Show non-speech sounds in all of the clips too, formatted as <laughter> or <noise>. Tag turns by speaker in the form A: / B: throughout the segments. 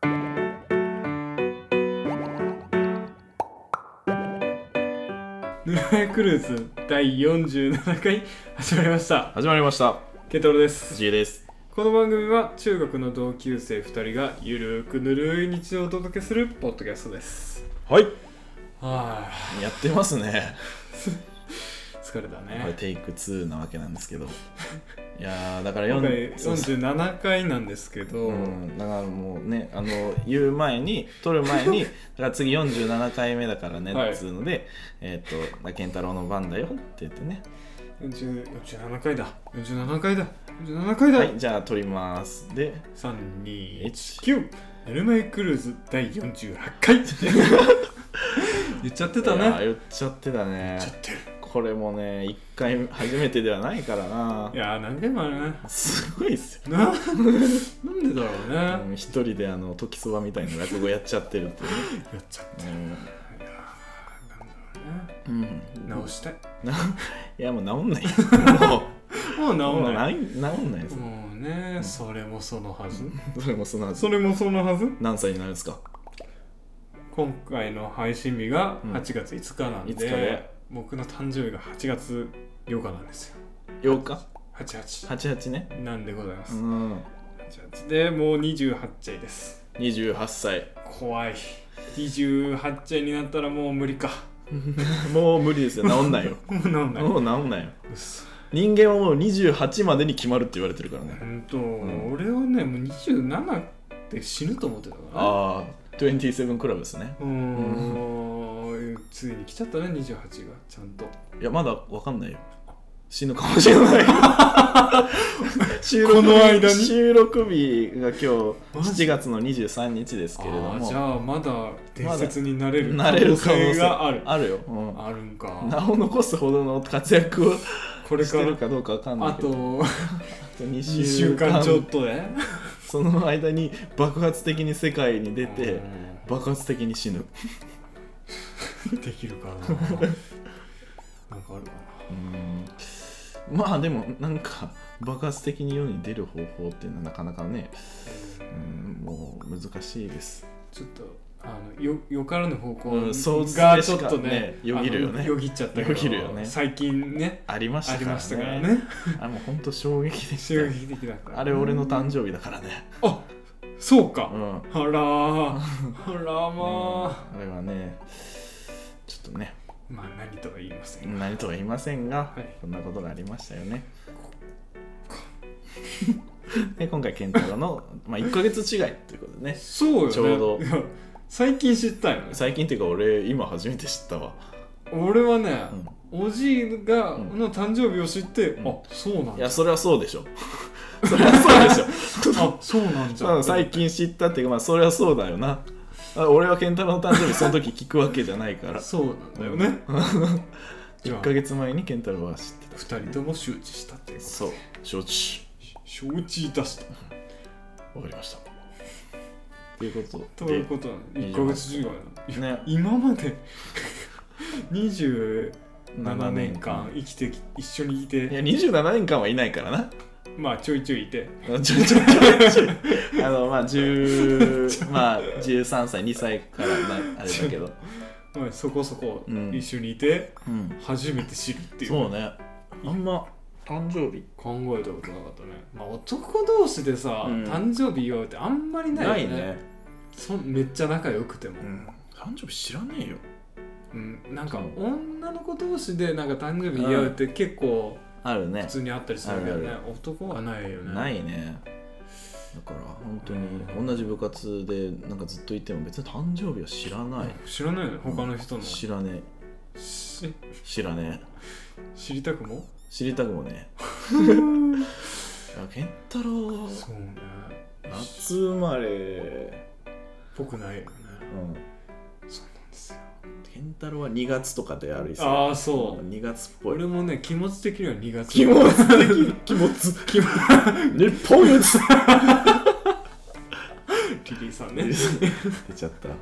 A: <laughs> ルナクルーズ第47回始まりました
B: 始まりました
A: ケトロです
B: 藤江です
A: この番組は中学の同級生2人がゆるくぬるい日常をお届けするポッドキャストです
B: はい
A: は
B: やってますね
A: い疲れた
B: これ
A: ね
B: テイク2なわけなんで
A: <laughs>
B: すけどいやーだから
A: 今回
B: 4そうそう
A: 47回なんですけど、
B: うん、だからもうねあの言う前に撮る前
A: <laughs>
B: にだから次47回目だからね
A: はい
B: っつうので、えっ、とだ健太郎の番だよって言ってね
A: 40 47回だ47回だ47回だ、
B: はいじゃあ撮りますで
A: 3219エルメイクルーズ第48回 <laughs> 言っちゃってた
B: いやー
A: ね
B: 言っちゃってたね
A: 言っちゃってる
B: これもね1回初めてではないからない
A: やー何回もあるね
B: すごいっす
A: <laughs>
B: よ
A: ななんでだろうね、
B: う
A: や
B: ん一人であの時そばみたいな落語やっちゃってるっていうね
A: っちゃっ <laughs>
B: うん、
A: た直したい
B: いやもう治んない
A: もう
B: <laughs> もう
A: 直ん
B: もう
A: ない
B: ない治んないです、
A: もうね、それもそのはず
B: それもその後
A: それもそのはず
B: 何歳になるんですか
A: 今回の配信日が
B: うん
A: 8月5日なんで,、
B: 5日で
A: 僕の誕生日が8月8日なんですよ
B: 8日
A: 88
B: 88ね
A: なんでございま
B: う
A: す、
B: ん
A: 88でもう28歳です
B: 28歳
A: 怖い28歳になったらもう無理か
B: <laughs> もう無理ですよ治んないよ
A: もうなんない
B: <laughs> もう治んないよ
A: 嘘
B: 人間はもう28までに決まるって言われてるからね
A: うんと、
B: ん
A: 俺はねもう27で死ぬと思ってたからね
B: ああ27クラブですね
A: うーんついに来ちゃったね28がちゃんと
B: いやまだわかんないよ死ぬかもしれ <laughs> ない収録日
A: この間に
B: 収録日が今日
A: マジ
B: 7月の23日ですけれど
A: あーじ
B: も
A: ゃあまだ伝説になれる
B: なれる可能性
A: がある
B: あるよ、うん
A: あるんか
B: 名を残すほどの活躍を
A: これ
B: し
A: か
B: てる
A: ら
B: かどうかわかんない
A: あ
B: けど
A: と
B: あと2
A: 2週間ちょっとで
B: その間に爆発的に世界に出て
A: う
B: 爆発的に死ぬ
A: んできるかななんかあるか
B: うんまあでもなんか爆発的に世に出る方法っていうのはなかなかね、
A: な
B: うん、もう難しいです
A: ちょっとあのよよからぬ方向
B: うんそう
A: がちょっと
B: そ
A: ね
B: うしかねよぎるよね
A: あのよぎっちゃったけど
B: よぎるよね
A: 最近ね
B: ありました
A: あ
B: か
A: り
B: ら
A: ま
B: ね
A: したからね
B: あもうほんと衝撃でし
A: 衝
B: た
A: 撃的だから
B: あれ俺の誕生日だからね
A: あそうか、
B: うん
A: あらーあらまあ、
B: あれはねちょっとね
A: まあ何とは言いませんが、
B: 何とは言いませんが、
A: はい
B: そんなことがありましたよね。 <laughs> で今回健太郎の、まあ、1ヶ月違いっていうことでね
A: そうよね
B: ちょうど
A: いや最近知ったよね
B: 最近っていうか俺今初めて知ったわ、
A: 俺はね
B: う、ん
A: おじいが、
B: うん
A: の誕生日を知って、
B: うん
A: あそうなん
B: い
A: だ
B: やそれはそうでしょ <laughs> それはそうでしょ
A: あ <laughs> そうなんじゃ
B: まあ最近知ったっていうかまあそれはそうだよなあ俺は健太郎の誕生日その時聞くわけじゃないから
A: <laughs> そうなんだよ
B: <laughs>
A: ね、じゃ
B: 1
A: あ
B: ヶ月前に健太郎は知って
A: 二人とも周知したっていう
B: た
A: こ
B: そう承知
A: と承知いたした
B: わかり
A: <laughs>
B: ましたということ
A: という
B: で
A: ことなの1
B: 28
A: ヶ月違いなのいや
B: ね
A: 今まで <laughs> 27
B: 7
A: 年間生きてき一緒にいて
B: いや27年間はいないからな
A: まあちょいちょいいて
B: あのちょちょちょちょあ <laughs> のまあ10まあ13歳2歳からなあれだけど、
A: まあそこそこ
B: うん
A: 一緒にいて
B: うん、
A: 初めて知るっていう、
B: そうねあんま誕生日
A: 考えたことなかったね、まあ、男同士でさ、
B: うん
A: 誕生日祝うってあんまりないよ
B: な
A: ね
B: いね、
A: そんめっちゃ仲良くても
B: う、ん、誕生日知らねえよ
A: うんなんか
B: そう
A: 女の子同士でなんか誕生日祝うって結構
B: あるね
A: 普通にあったりするけどね
B: ある
A: 男はないよね
B: ないねだから本当に同じ部活でなんかずっといても別に誕生日は知らない
A: 知らないよね他の人の、
B: 知らね
A: し
B: え知らねえ
A: 知りたく
B: <laughs>
A: も
B: 知りたくもねえいや健太郎
A: そうね
B: 夏生まれ
A: 僕ないよね
B: うん
A: そうなんですよ
B: 健太郎は2月とかである
A: ああそう
B: 2月っぽい
A: 俺もね気持ち的には2月
B: 気持ち的気持ち
A: 気持
B: 日本一
A: リリーさんね
B: 出ちゃったい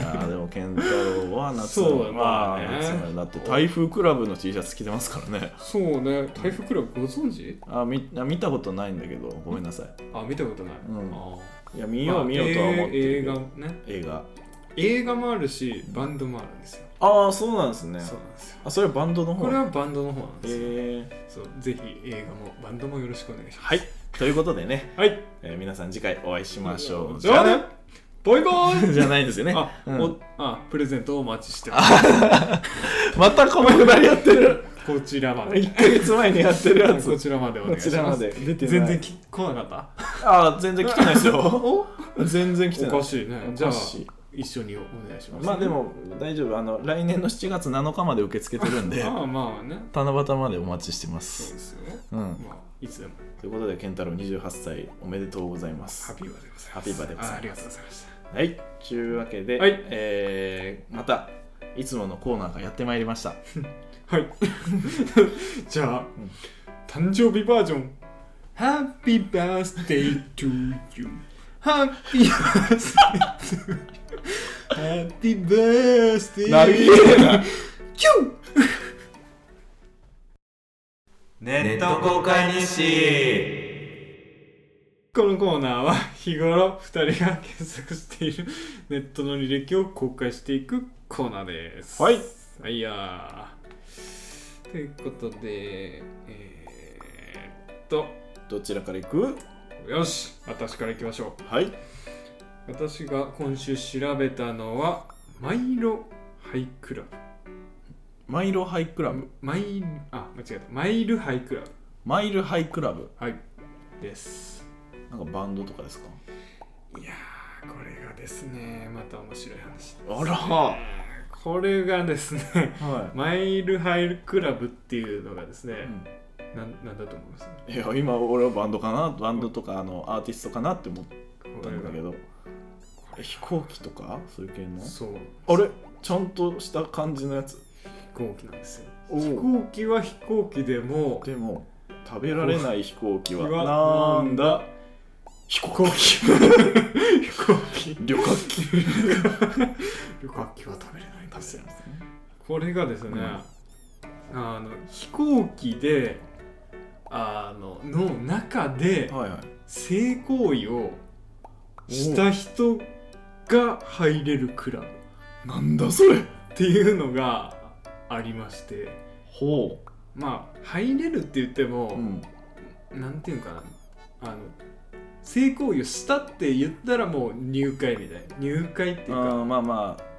B: やーでも健太郎は夏
A: そうだまあね
B: 夏なのだって台風クラブの T シャツ着てますからね
A: そうね台風クラブご存知
B: あみあ見たことないんだけどごめんなさい
A: あ見たことない、
B: うん
A: あー
B: いや見よ
A: まあ
B: う見ようとは思ってる
A: 映
B: けど、
A: 画ね
B: 映画
A: 映画もあるしバンドもあるんですよ、
B: ああそうなんですね
A: そうなんですよ
B: あそれはバンドの方
A: これはバンドの方なんですよ、
B: え
A: そうぜひ映画もバンドもよろしくお願いします
B: はいということでね、
A: はい
B: えー皆さん次回お会いしましょう
A: じゃあねバイバ
B: <laughs> じゃあね
A: イ
B: じゃないんですよね
A: あ、
B: うん
A: おあプレゼントをお待ちしてます
B: またこのくだりやってる
A: こちらまで
B: 1ヶ月前にやってるやつ
A: こちらまでお願
B: こ
A: いし
B: ちら
A: ま
B: ますで出てない
A: 全然き来なかっ
B: ああ全然来てないです
A: た
B: <laughs> よ
A: お
B: 全然来てない
A: おかしいねじゃあ
B: おかしい
A: 一緒にお願いします、
B: まあでも大丈夫あの来年の7月7日まで受け付けてるん <laughs> で
A: まあまあね
B: 七夕までお待ちしてま
A: そう
B: す
A: ですよね
B: うん
A: まあいつでも
B: ということで健太郎28歳おめでとうございま
A: ハ
B: す
A: ピーバーでございます
B: ハピーバーでございます
A: あありがとうございました
B: はいというわけで、
A: はい
B: えーまたいつものコーナーがやってまいりま <laughs> した
A: はい。 <laughs> じゃあ、
B: ん
A: 誕生日バージョン。Happy birthday to you. Happy birthday to you. Happy birthday.
B: なるほどな
A: キュン
B: ネット公開日誌
A: このコーナーは日頃2人が検索しているネットの履歴を公開していくコーナーです。
B: はい。
A: はいやー。ということで、えー、っと、
B: どちらから行く
A: よし私からいきましょう。
B: はい
A: 私が今週調べたのはマイロハイクラブ
B: マイルハイクラブ
A: マイあ間違えたマイルハイクラブ
B: マイルハイクラブ
A: はいです
B: なんかバンドとかですか
A: いやーこれがですねまた面白い話
B: あら
A: これがですね <laughs>
B: は
A: マイルハイクラブっていうのがです
B: い、う
A: ね、
B: ん
A: なん、なんだと思います
B: いや今俺はバンドかなバンドとかあのアーティストかなって思っ
A: こ
B: た
A: れ
B: んだけ
A: が
B: どえ飛行機とかそういう系の
A: そう
B: あれちゃんとした感じのやつ
A: 飛行機なんですよ
B: おう
A: 飛行機は飛行機でも
B: でも食べられない飛行機
A: 飛行機
B: は
A: は
B: なんだ飛行機
A: 飛行機
B: <laughs> 旅客機
A: 旅客機は食べれないんですよ
B: ね
A: これがですね、
B: うん
A: あの飛行機であのの中で
B: はいはい
A: 性行為をした人が入れるクラブっ
B: なんだそれ
A: ていうのがありまして
B: ほ
A: まあ入れるって言っても
B: う、、うん、
A: なんていうのかなあの性行為をしたって言ったらもう入会みたいな入会っていう
B: あ
A: か
B: ーまあまあ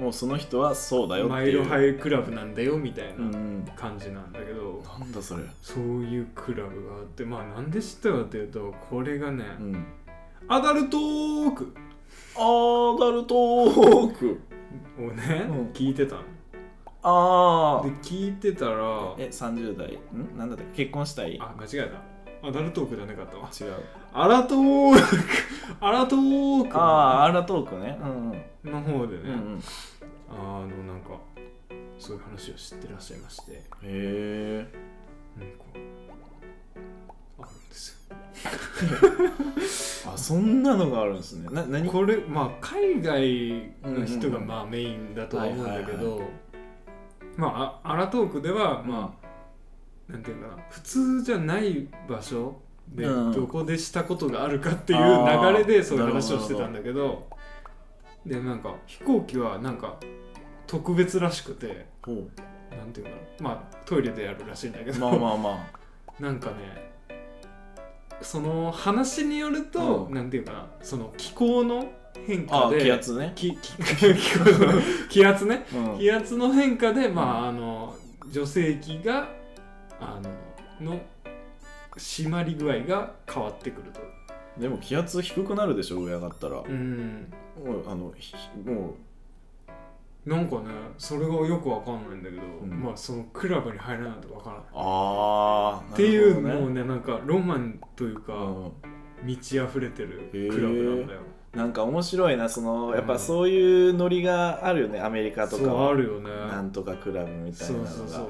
B: もうその人はそうだよって
A: マイ
B: いう
A: ロハイクラブなんだよみたいうなん感じなんだけど、
B: なんだそれ
A: そういうクラブがあってまあなんで知ったかというとこれがね、
B: うん
A: アダルトーク
B: アーダルトーク
A: をね、
B: うん
A: 聞いてたの
B: ああ
A: で聞いてたら
B: え30代んなんだったっけ結婚したい違う
A: あ間違えたアダルトークじゃなかったわアラトーク <laughs> アラトーク
B: ああアラトークねうんうん
A: の方でね、
B: うんうんへ
A: あのなんかそういう話を知ってらっしゃいまして
B: え
A: なんかあるんですよ
B: あそんなのがあるんですねな何
A: これまあ海外の人
B: うん
A: が
B: うんうん
A: まあメインだとは思うんだけ
B: は
A: どまああアラトークではまあ、
B: ま
A: なんていうのかな普通じゃない場所で
B: うん
A: どこでしたことがあるかっていう
B: あー
A: 流れでそういう話
B: な
A: を
B: る
A: し
B: ほど
A: てたんだけどでなんか飛行機はなんか特別らしくて
B: あほう
A: なんていうのかなまあトイレでやるらしいんだけど、
B: まあまあま
A: なんかねその話によると、
B: うん
A: なんていうかなその気候の <laughs> 変
B: あ
A: 化
B: あ
A: で
B: 気圧ね、
A: 気 <laughs> 気気候の気圧ね
B: うん、
A: 気圧の変化で、まあ、あの女性器があのの締まり具合が変わってくると
B: でも気圧低くなるでしょ上上がったら、
A: うん
B: もうあのひも
A: なんかねそれがよくわかんないんだけど、
B: うん
A: まあそのクラブに入らないとわからない、
B: うああ
A: っていう
B: なる
A: も
B: ほ
A: う
B: どね
A: ねなんかロマンというか、
B: うん
A: 満ち溢れてるクラブなんだよ
B: なんか面白いなそのやっ
A: う
B: ぱ
A: ん
B: そういうノリがあるよねアメリカと
A: そ
B: か
A: う
B: は
A: あるよ
B: な
A: ね
B: んとかクラブみた
A: そ
B: いなの
A: う
B: が
A: そうそう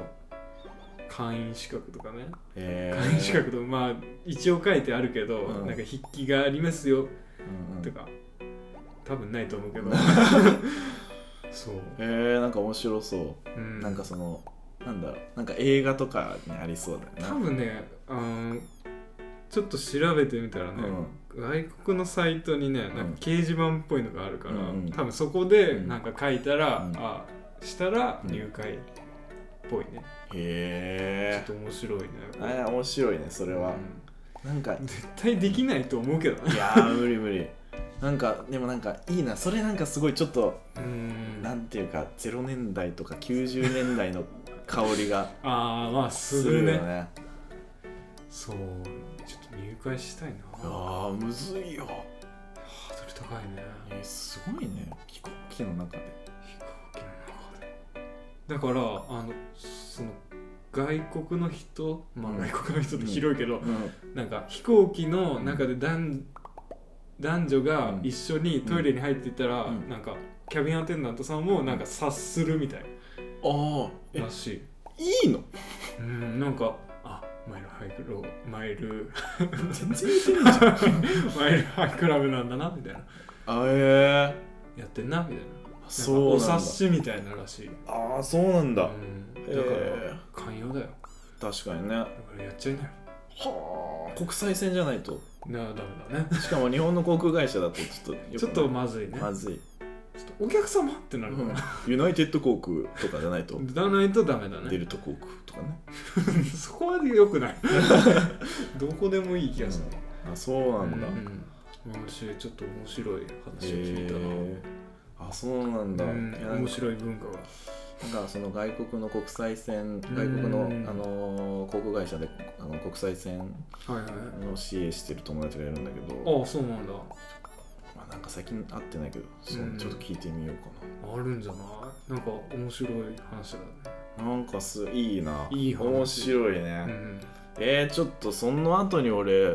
A: 会員資格とかね
B: へえ
A: 会員資格とかまあ一応書いてあるけど、
B: うん
A: なんか筆記がありますよ
B: うんうん
A: てか多分ないと思うけ
B: <laughs>
A: どそう、
B: へえなんか面白そうう、
A: ん、
B: なんかそのなんだろうなんか映画とかにありそうだよ
A: 多
B: ね
A: 分ねあのちょっと調べてみたらね、
B: うん
A: 外国のサイトにねなんか掲示板っぽいのがあるから、
B: うん
A: 多分そこで
B: うん
A: なんか書いたら、
B: うん
A: あしたら
B: うん
A: 入会っぽいね、ちょっ
B: へ
A: と面白いね
B: えあ面白いねそれは、なん <laughs> か
A: うん絶対できないと思うけどね
B: いやー無理無理なんかでもなんかいいなそれなんかすごいちょっと
A: うん
B: なんていうか0年代とか90年代の香りが
A: ああまあす
B: す
A: る
B: る
A: ね
B: よね
A: そうちょっと入会したいな
B: ああーむずいよ
A: ハードル高いね
B: えーすごいね飛行機の中で
A: 飛行機の中でだからあのその外国の人まあ
B: うん
A: 外国の人って広いけど、
B: うん
A: なんか飛行機の中で男男女が一緒にトイレに入っていったら、
B: うん
A: なんかキャビンアテンダントさんもなんか察するみたい
B: ああえ
A: らしい、
B: いいの
A: うんなんかあマイルハイクロマイル
B: <laughs> 全然似てるじゃん
A: マイルハイクラブなんだなみたいな
B: <laughs> あえ
A: やってんなみたいな
B: ー、
A: な
B: そ
A: ん
B: う
A: か
B: な
A: お
B: ん
A: 察
B: だ
A: しみたいならしい、
B: ああそうなんだ、
A: うん、だ
B: え
A: から、
B: ー
A: 寛容だよ
B: 確かにね
A: だからやっちゃいなよ
B: はあ国際線じゃないと
A: なあダメだね
B: しかも日本の航空会社だとちょっとよくない
A: ちょっとまずいね、
B: まずい、
A: ちょっとお客様ってなるから、
B: ユナイテッド航空とかじゃないと
A: だないとダメだね
B: デルタ航空とかね
A: <laughs> そこまで良くない <laughs> どこでもいい気がする、
B: あそうなんだ、
A: う
B: へ
A: ん面白いちょっと面白い話を聞いた
B: えあそうなんだ、
A: な、う
B: い
A: ん
B: や、なん
A: 面
B: か
A: 白い文化が
B: なんかその外国の国際線外国の、
A: うん
B: あのー航空会社であの国際線
A: はいはいはい
B: の CA してる友達がいるんだけど
A: ああそうなんだ
B: まあ、なんか最近会ってないけどそう
A: うん
B: ちょっと聞いてみようか
A: あるんじゃないなんか面白い話だね
B: な、なんかすいいない
A: い話
B: 面白いね、
A: うん
B: えー、ちょっとその後に俺え <laughs>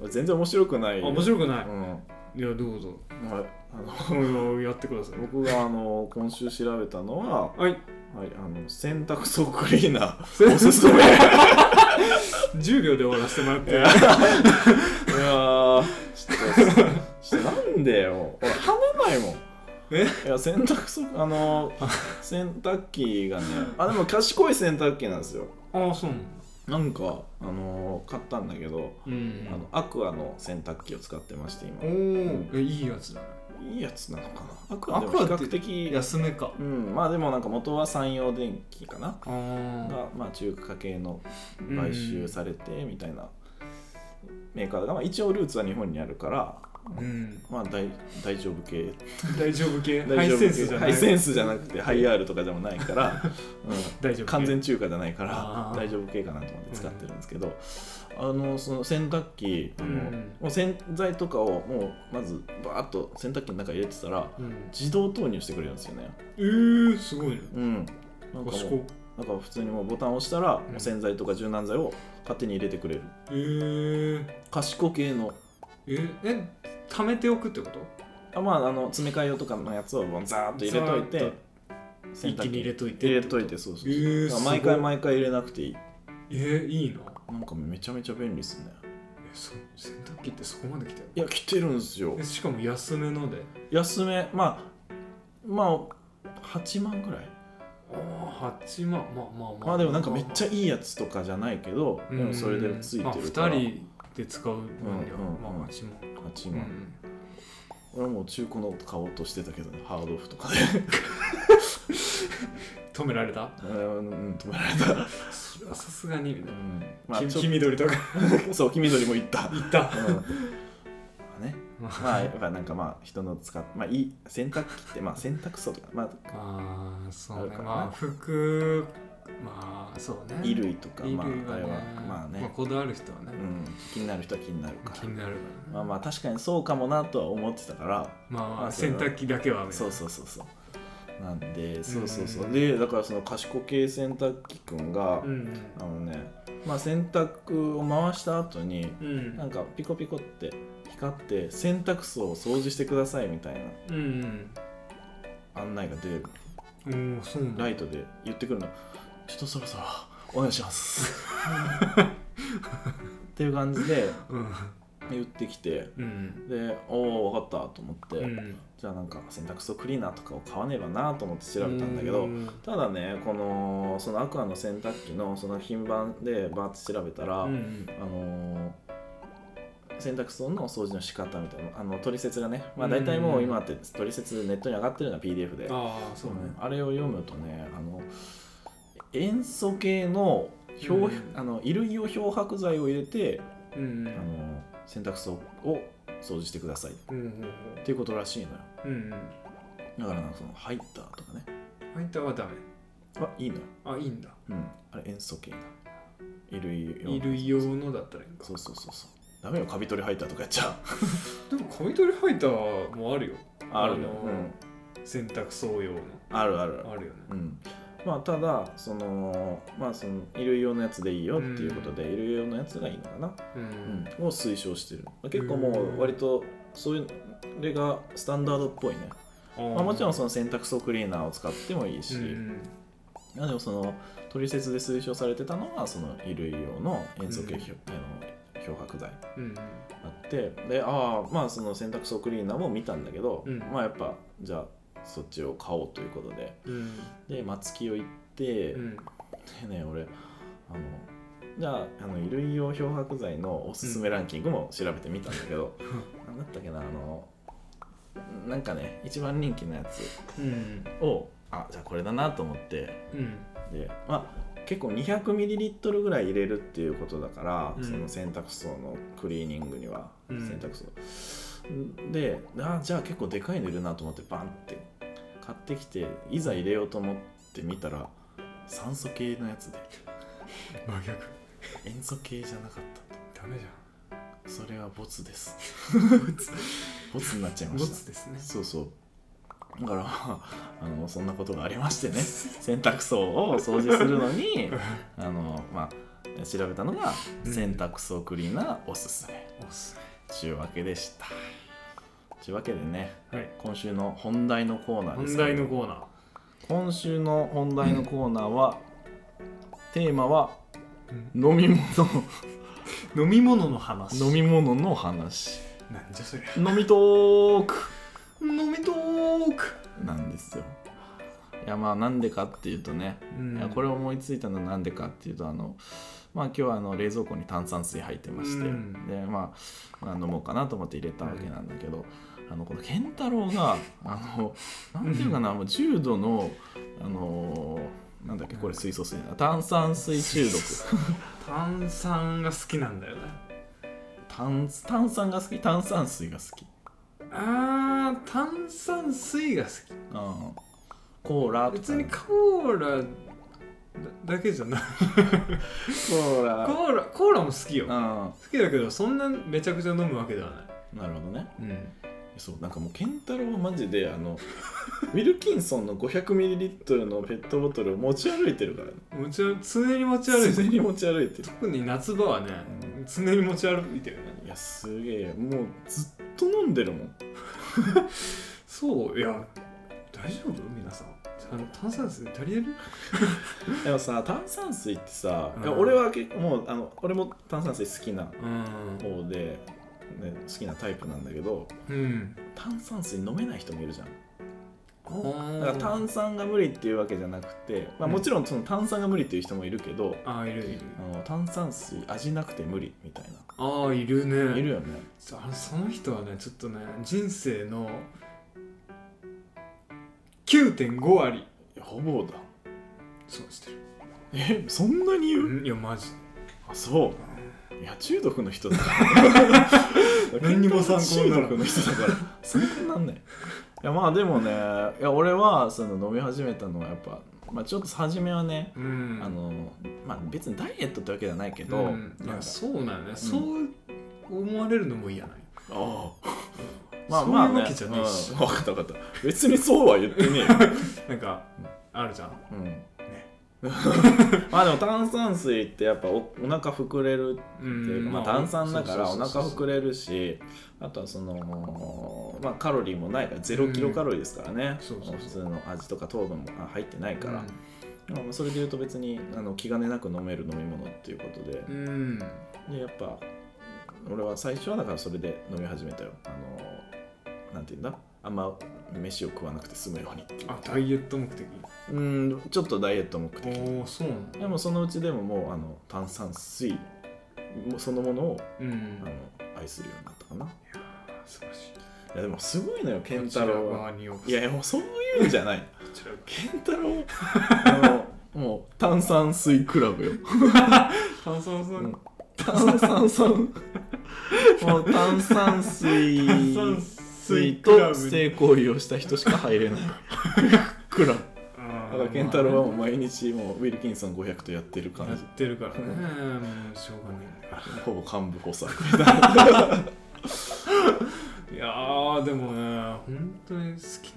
A: え
B: ー全然面白くな
A: あ
B: いよ
A: 面白くない
B: うんはい
A: いやどうぞ
B: あの
A: うんやってください
B: 僕があの今週調べたのは、
A: はい
B: はい、あの洗濯槽クリーナ
A: せ
B: ーおすすめいや
A: 10秒で終わらせてもらっ
B: ーい
A: て
B: やーちょっとちょっとなんでよ俺跳ねないもん
A: え
B: いや洗濯槽あの洗濯機がねあでも賢い洗濯機なんですよ
A: ああそうなんだ
B: なんかあの買ったんだけど
A: うん
B: あのアクアの洗濯機を使ってまして今
A: おおえいいやつだね
B: いいやつなのかなアクアでも
A: アク
B: 比
A: アって
B: 較的
A: 安めか
B: うんまあでもなんか元は山陽電機かな
A: ああ
B: が、まあ、中華系の買収されてみたいなメーカーが、まあ、一応ルーツは日本にあるから、
A: うん
B: まあ、大大丈夫系
A: 大丈夫系ハ
B: <laughs> 大
A: イ
B: 丈夫
A: セン
B: 系
A: スじゃな
B: ハ
A: い
B: イセンスじゃなくてハイアールとかでもない
A: <laughs>
B: から、
A: 大丈
B: うん、
A: 夫
B: 完全中華じゃないから
A: あー
B: 大丈夫系かなと思って使ってるんですけど、あのその洗濯機あの、
A: うん
B: もう洗剤とかをもうまずバーッと洗濯機の中に入れてたら
A: うん
B: 自動投入してくれるんですよね。
A: えー、すごいね
B: うんなんかもう
A: 賢
B: なんか普通にもうボタンを押したら、
A: うん
B: 洗剤とか柔軟剤を勝手に入れてくれる
A: えー、
B: 賢系の
A: ええ貯めておくってこと
B: あまああの詰め替え用とかのやつをザーッと入れとい
A: ザー
B: て
A: ッ一気に入れ
B: て
A: といて
B: 入れ
A: ってこと
B: いてそうそうそう、
A: えー、
B: だ
A: す
B: から
A: ごい
B: 毎回毎回入れなくていい
A: えー、いいな
B: なんかめちゃめちゃ便利ですね
A: えそ洗濯機ってそこまで来たよ
B: いや来てるんですよ
A: えしかも安めので
B: 安めまあまあ8万ぐらい
A: ああ8万まあまあまあ
B: まあでもなんかめっちゃいいやつとかじゃないけどでもそれでついてるから
A: まあ、2人で使う分には、
B: うんうんうん
A: まあ8万
B: 8
A: うん
B: 万、俺はもう中古の買おうとしてたけどねハードオフとか <laughs> で
A: 止められた
B: うんうん止められた
A: それはさすがにみたいな
B: まあ、
A: き
B: ちょ
A: 黄緑とか
B: <laughs> そう黄緑も行った、
A: いった
B: うんまあね、まあやっぱなんかまあ人の使っまあいい洗濯機ってまあ洗濯槽とかまあ
A: ああそ
B: あ
A: う
B: る
A: ね
B: から
A: ま
B: ね
A: あ服まあそうね
B: 衣類とか
A: 衣
B: まあ
A: 類
B: あ
A: は
B: れ
A: ね
B: はまあね、
A: こだわる人はね、
B: うん、気になる人は気になるか
A: 気
B: ら
A: になるか
B: ま
A: ら
B: あ
A: ね
B: まあ確かにそうかもなとは思ってたから
A: まあ、ま
B: ま
A: あ、
B: あ
A: 洗濯機だけはみたいな
B: そうそうそうそうなんでそうそうそううんでだからその賢系洗濯機くんが、
A: うん
B: あのねまあ洗濯を回した後に
A: うん
B: なんかピコピコって光って洗濯槽を掃除してくださいみたいな
A: うん
B: 案内が出る
A: うんおおそうなんだ
B: ライトで言ってくるのちょっとそろそろお願いしますっていう感じで
A: うん
B: 言ってきて
A: うん
B: でおお分かったと思って、
A: うん
B: じゃあなんか洗濯槽クリーナーとかを買わねばなと思って調べたんだけど、
A: うん
B: ただねこのそのアクアの洗濯機のその品番でバーッと調べたら、
A: うん
B: あのー洗濯槽のお掃除の仕方みたいなあの取説がね、まあ、大体もう今って取説ネットに上がってるのは PDF で、
A: ああそうね
B: あれを読むとねあの塩素系の漂
A: うん
B: あの衣類用漂白剤を入れて
A: うんう
B: あ
A: ん
B: の洗濯槽を掃除してくださいっ
A: うんうん
B: ていうことらしいのよ
A: うんうん
B: だからなんかその入ったとかね
A: 入ったはダメ
B: はいいのよ、
A: あいいんだ
B: うん、あれ塩素系な衣類用
A: 衣類用のだったらいいんか
B: そうそうそうそうダメよカビ取り入ったとかやっちゃ
A: でもカミ取りハイターもあるよ
B: うある
A: あのー
B: よ、うん、
A: 洗濯槽用の
B: あるあるある
A: あるよね
B: うんまあ、ただその、まあ、その衣類用のやつでいいよっていうことで、衣類用のやつがいいのかな、
A: う
B: うん
A: ん、
B: を推奨してる結構もう割とそういうそれがスタンダードっぽいね、まあ、もちろんその洗濯槽クリーナーを使ってもいいし、
A: うん
B: まあでもその取説で推奨されてたのはその衣類用の塩素系、
A: うん
B: 漂あの漂白剤
A: うん
B: あってでああまあその洗濯槽クリーナーも見たんだけど、
A: うん
B: まあやっぱじゃあそっちを買おうということで
A: うん
B: で松木を行って、
A: うん
B: でね俺あのじゃああの衣類用漂白剤のおすすめランキングも調べてみたんだけど、なん、だったっけなあのなんかね一番人気のやつ
A: うん
B: をあじゃあこれだなと思って
A: うん
B: でまあ結構 200ml ぐらい入れるっていうことだから、
A: うん
B: その洗濯槽のクリーニングには、
A: うん
B: 洗濯槽であじゃあ結構でかいのいるなと思ってバンって買ってきていざ入れようと思ってみたら酸素系のやつで
A: 真逆
B: 塩素系じゃなかった
A: ダメじ
B: それはボツです
A: <laughs>
B: ボツになっちゃ
A: ゃ
B: い
A: ん
B: ま
A: ボ
B: した
A: ツですね
B: そうそうだから <laughs> あのそんなことがありましてね洗濯槽を掃除するのに
A: <laughs>
B: あのまあ調べたのが
A: うん
B: 洗濯槽クリーナーおすすめ
A: <laughs> おすす
B: というわけでしたというわけでね
A: めはい
B: 今週の本題のコーナーで
A: 本
B: すけど
A: 題のコーナー
B: 今週の本題のコーナーは、テーマは
A: う
B: 飲み物 <laughs>
A: 飲み物の話
B: 飲み物の話
A: なんじゃそりゃ
B: 飲みトーク
A: 飲みトーク
B: なんですよいやまあなんでかっていうとね、
A: うん
B: いやこれ思いついたのはなんでかっていうとあのまあ今日はあの冷蔵庫に炭酸水入ってまして、
A: うん
B: でまあ、まあ飲もうかなと思って入れたわけなんだけど、あのこの健太郎 <laughs> があのなんていうかなもう重度のあのなんだっけこれ水素水だな炭酸水中 <laughs> 毒
A: 炭酸が好きなんだよね
B: 炭炭酸が好き炭酸水が好き、
A: あー炭酸水が好き
B: うん、コーラとか
A: 別にコーラだだけじゃない
B: コーラ
A: コーラコーラも好きよ好
B: う
A: きだけどそんなめちゃくちゃ飲むわけではない
B: んなるほどね
A: うん
B: そうなんかもう健太郎はマジであの <laughs> ウィルキンソンの 500ml のペットボトルを持ち歩いてるからね
A: 持ち歩常に持ち歩いて
B: 常
A: る
B: に持ち歩いてる
A: 特に夏場はね
B: う
A: 常に持ち歩いてるね
B: いやすげえもうずっと飲んでるもん
A: そういや大丈夫皆さんあの炭酸水足りる
B: でもさ炭酸水ってさ、
A: うん
B: いや俺は結構もうあの俺も炭酸水好きな
A: うん
B: 方で、ね、好きなタイプなんだけど
A: うん
B: 炭酸水飲めない人もいるじゃんだから
A: あ
B: 炭酸が無理っていうわけじゃなくて、まあ、もちろんその炭酸が無理っていう人もいるけど、
A: あーいるいる
B: あの炭酸水味なくて無理みたい
A: ああいる
B: な
A: ね
B: いるよね
A: ちょあのその人はねちょっとね人生の9.5割
B: いやほぼだ
A: 損してる
B: えそんなに言う、
A: うんいやマジ
B: あそういや中毒の人だ <laughs>
A: 何にも参考にならん
B: 中毒の人だから参考になんないいやまあでもねいや俺はその飲み始めたのはやっぱ、まあ、ちょっと初めはね、
A: うん
B: あのまあ別にダイエットってわけじゃないけど、
A: うん、い
B: なん
A: や
B: か
A: そうなのね、そう思われるのも嫌ない
B: ああまあまあ、ね、
A: そういうわけじゃねえし
B: うん分かった分かった別にそうは言ってねえよ、
A: なんかあるじゃん
B: うんね、 <laughs> まあでも炭酸水ってやっぱおお腹膨れる
A: う
B: っていうんかまあ、炭酸だからお
A: そう
B: 腹
A: そうそうそう
B: 膨れるしあとはその、まあ、カロリーもないから0キロカロリーですからね、
A: そうそうそう
B: 普通の味とか糖分もあ入ってないから、
A: うん
B: まあそれでいうと別にあの気兼ねなく飲める飲み物っていうことで,、
A: うん
B: でやっぱ俺は最初はだからそれで飲み始めたよあのなんていうんだあんま飯を食わなくて済むようにっていう
A: あダイエット目的
B: うんちょっとダイエット目的
A: おおそうなの
B: でもそのうちでももうあの炭酸水もそのものを
A: うん
B: あの愛するようになったかない
A: 素晴らしい
B: やでもすごいのよ健太郎は
A: こちら側にようこそ
B: いやいやもうそういうんじゃない <laughs>
A: こちら側
B: 健太郎あのもう炭酸水クラブよ
A: 炭酸さん、
B: うん炭酸酸もう炭酸水
A: 炭酸水クラ
B: と
A: ブ
B: 性行為をした人しか入れないクラブ
A: あー
B: だから健太郎はもう毎日もうウィルキンソン500とやってる
A: まあ
B: 感
A: ねや
B: じ
A: ってるからね
B: うん
A: うんしょうがない
B: ほぼ幹部補佐
A: いやーでもね本当に好き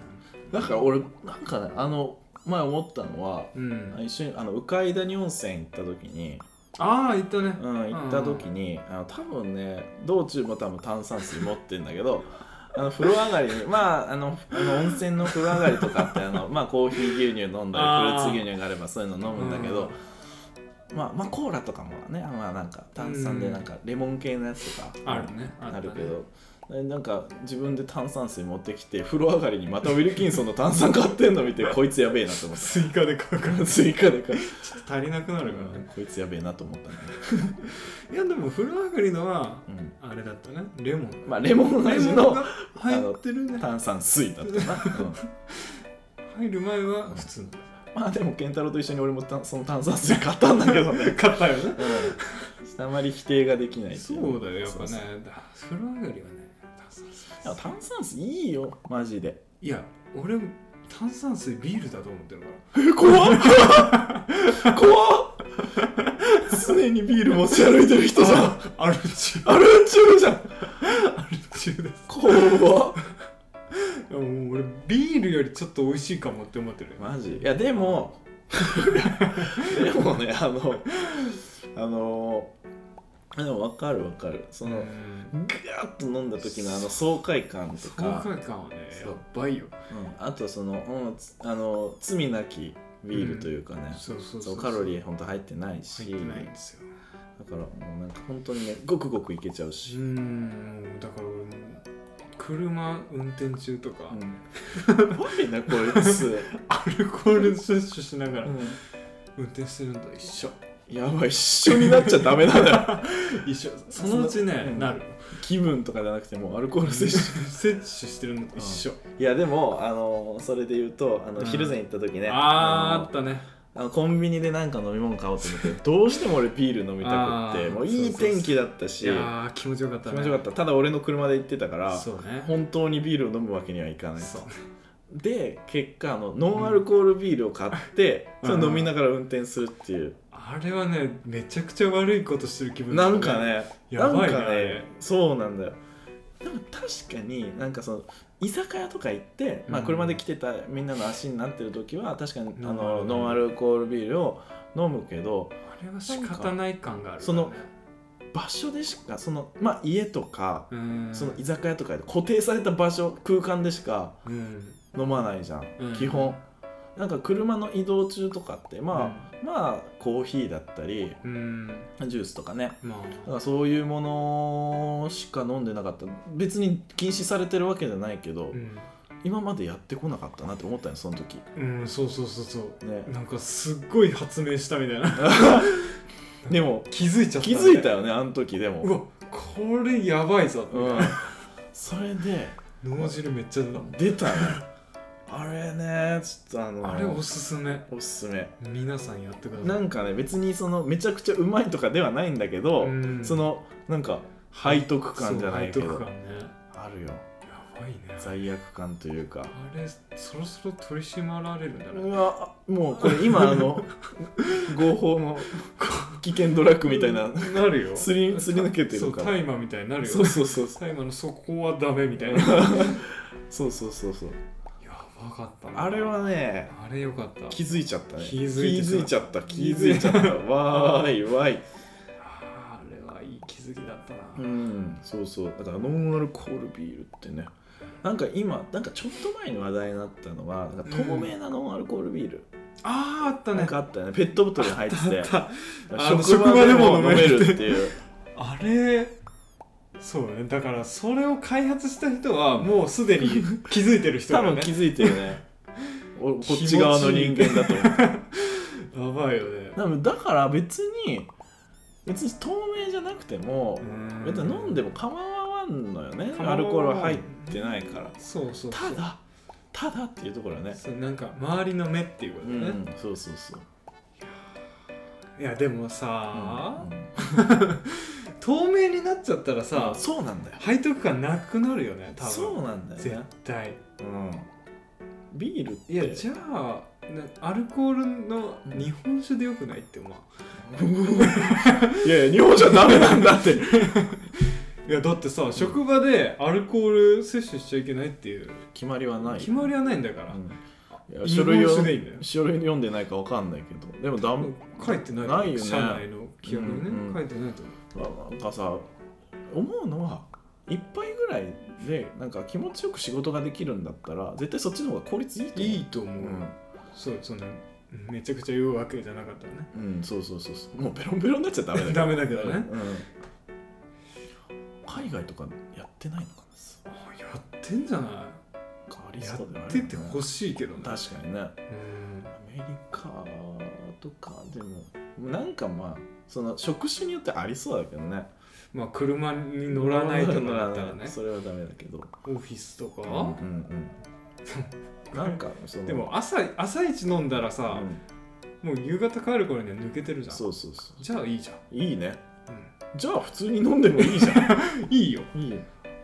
B: なんか俺なんかねあの前思ったのは、
A: なのうん
B: 一緒にあの鵜飼谷温泉行った時に、
A: ああ言ったね
B: うん、行った時に、あの多分ね道中も多分炭酸水持ってんだけどあの風呂上がりにまああのあの温泉の風呂上がりとかってあの、まあ、コーヒー牛乳飲んだり
A: あー
B: フルーツ牛乳があればそういうの飲むんだけど、まあ、まあコーラとかもねあまあなんか炭酸でなんかレモン系のやつとか
A: あるね
B: なる
A: あった
B: け
A: ね
B: ど、なんか自分で炭酸水持ってきて風呂上がりにまたウィルキンソンの炭酸買ってんの見てこいつやべえなと思っ
A: 追加で買うから
B: た <laughs> 追加で買っ
A: 足りなくな
B: た
A: るからね
B: こいつやべえなと思ったね、
A: いやでも風呂上がりのは
B: うん、
A: あれだったねレモン
B: まあレモンの
A: レ
B: 味
A: モン
B: の
A: が入ってるね
B: 炭酸水だったな、うん
A: 入る前は普通
B: まあでも健太郎と一緒に俺もたその炭酸水買ったんだけどね、
A: 買ったよね
B: うん、あまり否定ができないってい
A: そうだよやっぱ
B: そうそう
A: ねだ風呂上がりはね炭酸水
B: いや炭酸水いいよマジで
A: いや俺炭酸水ビールだと思ってるから
B: え怖っ怖っ常にビール持ち歩いてる人じゃん
A: アル中
B: アルンチューじゃん
A: アル中です
B: 怖っ
A: いやもう俺ビールよりちょっと美味しいかもって思ってる
B: マジいやでも <laughs> でもねあのあのでも分かる分かるその、
A: うん
B: ガーッと飲んだ時のあの爽快感と
A: 爽
B: か、
A: 快感はね
B: そう
A: やばいよ
B: うんあとその、うんつあの罪なきビールというかね、
A: そうそう
B: そ
A: そうう
B: カロリー
A: ー
B: ほんと入ってないし
A: 入ってないんですよ
B: だからもうなんか本当にねごくごくいけちゃう
A: う
B: し、
A: んもうだから俺も車運転中とか、
B: うん、やばいなこいつ、
A: アルコール摂取しなが
B: う
A: ら
B: ん
A: 運転してるのと一緒
B: やばい一緒になっちゃダメなんだよ
A: <laughs> 一緒そのうちね、
B: うん
A: なる
B: 気分とかじゃなくてもうアルコール摂取
A: 摂取してるのと一緒、
B: いやでもあのそれで言うとあの、
A: うん
B: 昼前行った時ね
A: あーあ
B: あ
A: っ
B: の
A: たね
B: あのコンビニでなんか飲み物買おうと思ってどうしても俺ビール飲みたくっ
A: あ
B: て
A: ー
B: もういい天気だった
A: い
B: し
A: やー気持ちよかった
B: 気
A: ね
B: 持ちよかったただ俺の車で行ってたから
A: そうね
B: 本当にビールを飲むわけにはいかない
A: そう
B: で結果あのノンアルコールビールを買って、
A: うん
B: それ飲みながら運転するっていう、
A: あれはねめちゃくちゃ悪いことしてる気分だ
B: な
A: った
B: んかね
A: やばいね
B: なんか
A: あ
B: ね
A: れ
B: そうなんだよでも確かになんかその居酒屋とか行って、まあ、
A: うん
B: 車で来てたみんなの足になってる時は確かにあ
A: ノンアル
B: のノンアルコールビールを飲むけど
A: あれは仕方ない感がある、ね、
B: その場所でしかその、まあ、家とか、
A: うん
B: その居酒屋とかで固定された場所空間でしか
A: うん
B: 飲まないじゃん、
A: うん
B: 基本なんか車の移動中とかってまあ、まあコーヒーだったり
A: うん
B: ジュースとかね
A: ま
B: だからそういうものしか飲んでなかった別に禁止されてるわけじゃないけ
A: あ
B: ど、
A: うん、
B: 今までやってこなかったなって思ったよその時
A: うん、そうそうそうそう
B: ね
A: なんかすっごい発明したみたいな <laughs>
B: でも
A: 気づいちゃった
B: 気
A: ね、
B: づいたよねあの時で
A: う
B: も
A: わこれやばいぞ、
B: うんそれで
A: 脳汁めっちゃ出た
B: 出たねあれねちょっとあの
A: あれおすすめ
B: おすすめ
A: 皆さんやってください
B: なんかね別にそのめちゃくちゃうまいとかではないんだけど、
A: うん
B: そのなんか背徳感じゃない
A: そ
B: け
A: う
B: ど
A: 背徳感ね
B: あるよ
A: やばいね
B: 罪悪感というか
A: あれそろそろ取り締まられるんだ
B: う
A: ね
B: わもうこれ今あの <laughs> 合法の危険ドラッグみたい <laughs> な
A: なるよ
B: すりすり抜けて
A: そ
B: る
A: う
B: から
A: 大麻みたいになるよ
B: <laughs> そうそうそうそう
A: 大麻のそこはダメみ
B: <laughs>
A: たいなや
B: そうそうそうそう
A: ばかったな
B: あれはね
A: あれよかった
B: 気づいちゃったね
A: 気づいてしまう
B: ちゃった気づい <laughs> ちゃったわーいわーい
A: あーあれはいい気づきだったな、
B: うんそうそうだからノンアルコールビールってねなんか今なんかちょっと前に話題になったのはなんか透明なノンアルコールビール、
A: あああった
B: なん
A: ね
B: かあったよねペットボトルに入ってて
A: ああの
B: 職場でも
A: 職場でも飲
B: 飲め
A: め
B: る
A: る
B: っていう
A: あれそうねだからそれを開発した人はもうすでに気づいてる人
B: <laughs> 多
A: だよ
B: 分
A: ね
B: 気づいてるねおこ
A: 気持ち
B: っ
A: いい
B: ち側の人間だと思う
A: やばいよね
B: 多分だから別に別に透明じゃなくても、
A: うーん
B: 別に飲んでも構わんのよね
A: 構わない
B: アルコールは入ってないから
A: そうそうそ
B: た
A: う
B: だただっていうところはね
A: そうなんか周りの目っていうこと
B: う
A: ね、
B: んそうそうそう
A: いやでも
B: あ
A: さ、透明になっちゃったらさ、
B: そうなんだよ
A: 背徳感なくなるよね多分
B: そうなんだよ
A: 絶
B: ね
A: 対
B: うんビールって
A: いやじゃあなアルコールの日本酒でよくないって思う、
B: いやいや日本じゃダメなんだって
A: いやだってさ職場でアルコール摂取しちゃいけないっていう
B: 決まりはない
A: 決まりはないんだから、
B: うんいや
A: 日
B: 書
A: 本
B: 類を
A: 酒
B: 書
A: でいい
B: 類
A: んだよ
B: に読んでないかわかんないけどでもだん
A: 書いてない
B: ないよね
A: 社内の記憶にね、
B: うんうん
A: 書いてないと思
B: なんかさ思うのは一杯ぐらいでなんか気持ちよく仕事ができるんだったら絶対そっちの方が効率いいと
A: う
B: 思う
A: いいと思う、そうそんなめちゃくちゃ言うわけじゃなかったらね
B: うん、うん、そうそうそうそうもうベロンベロンになっちゃダメだ
A: <laughs> ダメだけどね
B: うん、海外とかやってないのかな
A: あやってんじゃな
B: 変わ
A: い
B: り
A: や
B: そうではあ
A: っ
B: る
A: て
B: よ
A: て
B: ね
A: ほしいけどね
B: 確かに
A: うん
B: ねアメリカとかでもなんかまあその職種によってありそうだけどね
A: まあ車に乗らないとかだったら
B: 乗
A: ね
B: ないそれはダメだけど
A: オフィスとか、
B: うんうん、なんかその
A: でも朝朝一飲んだらさ、
B: う
A: もう夕方帰る頃には抜けてるじ
B: ん、
A: ゃん
B: そうそうそ
A: じゃあいいじゃん、
B: ういいね
A: う
B: じゃあ普通に飲んでもいいじゃ
A: ん、いいよ
B: んいいよ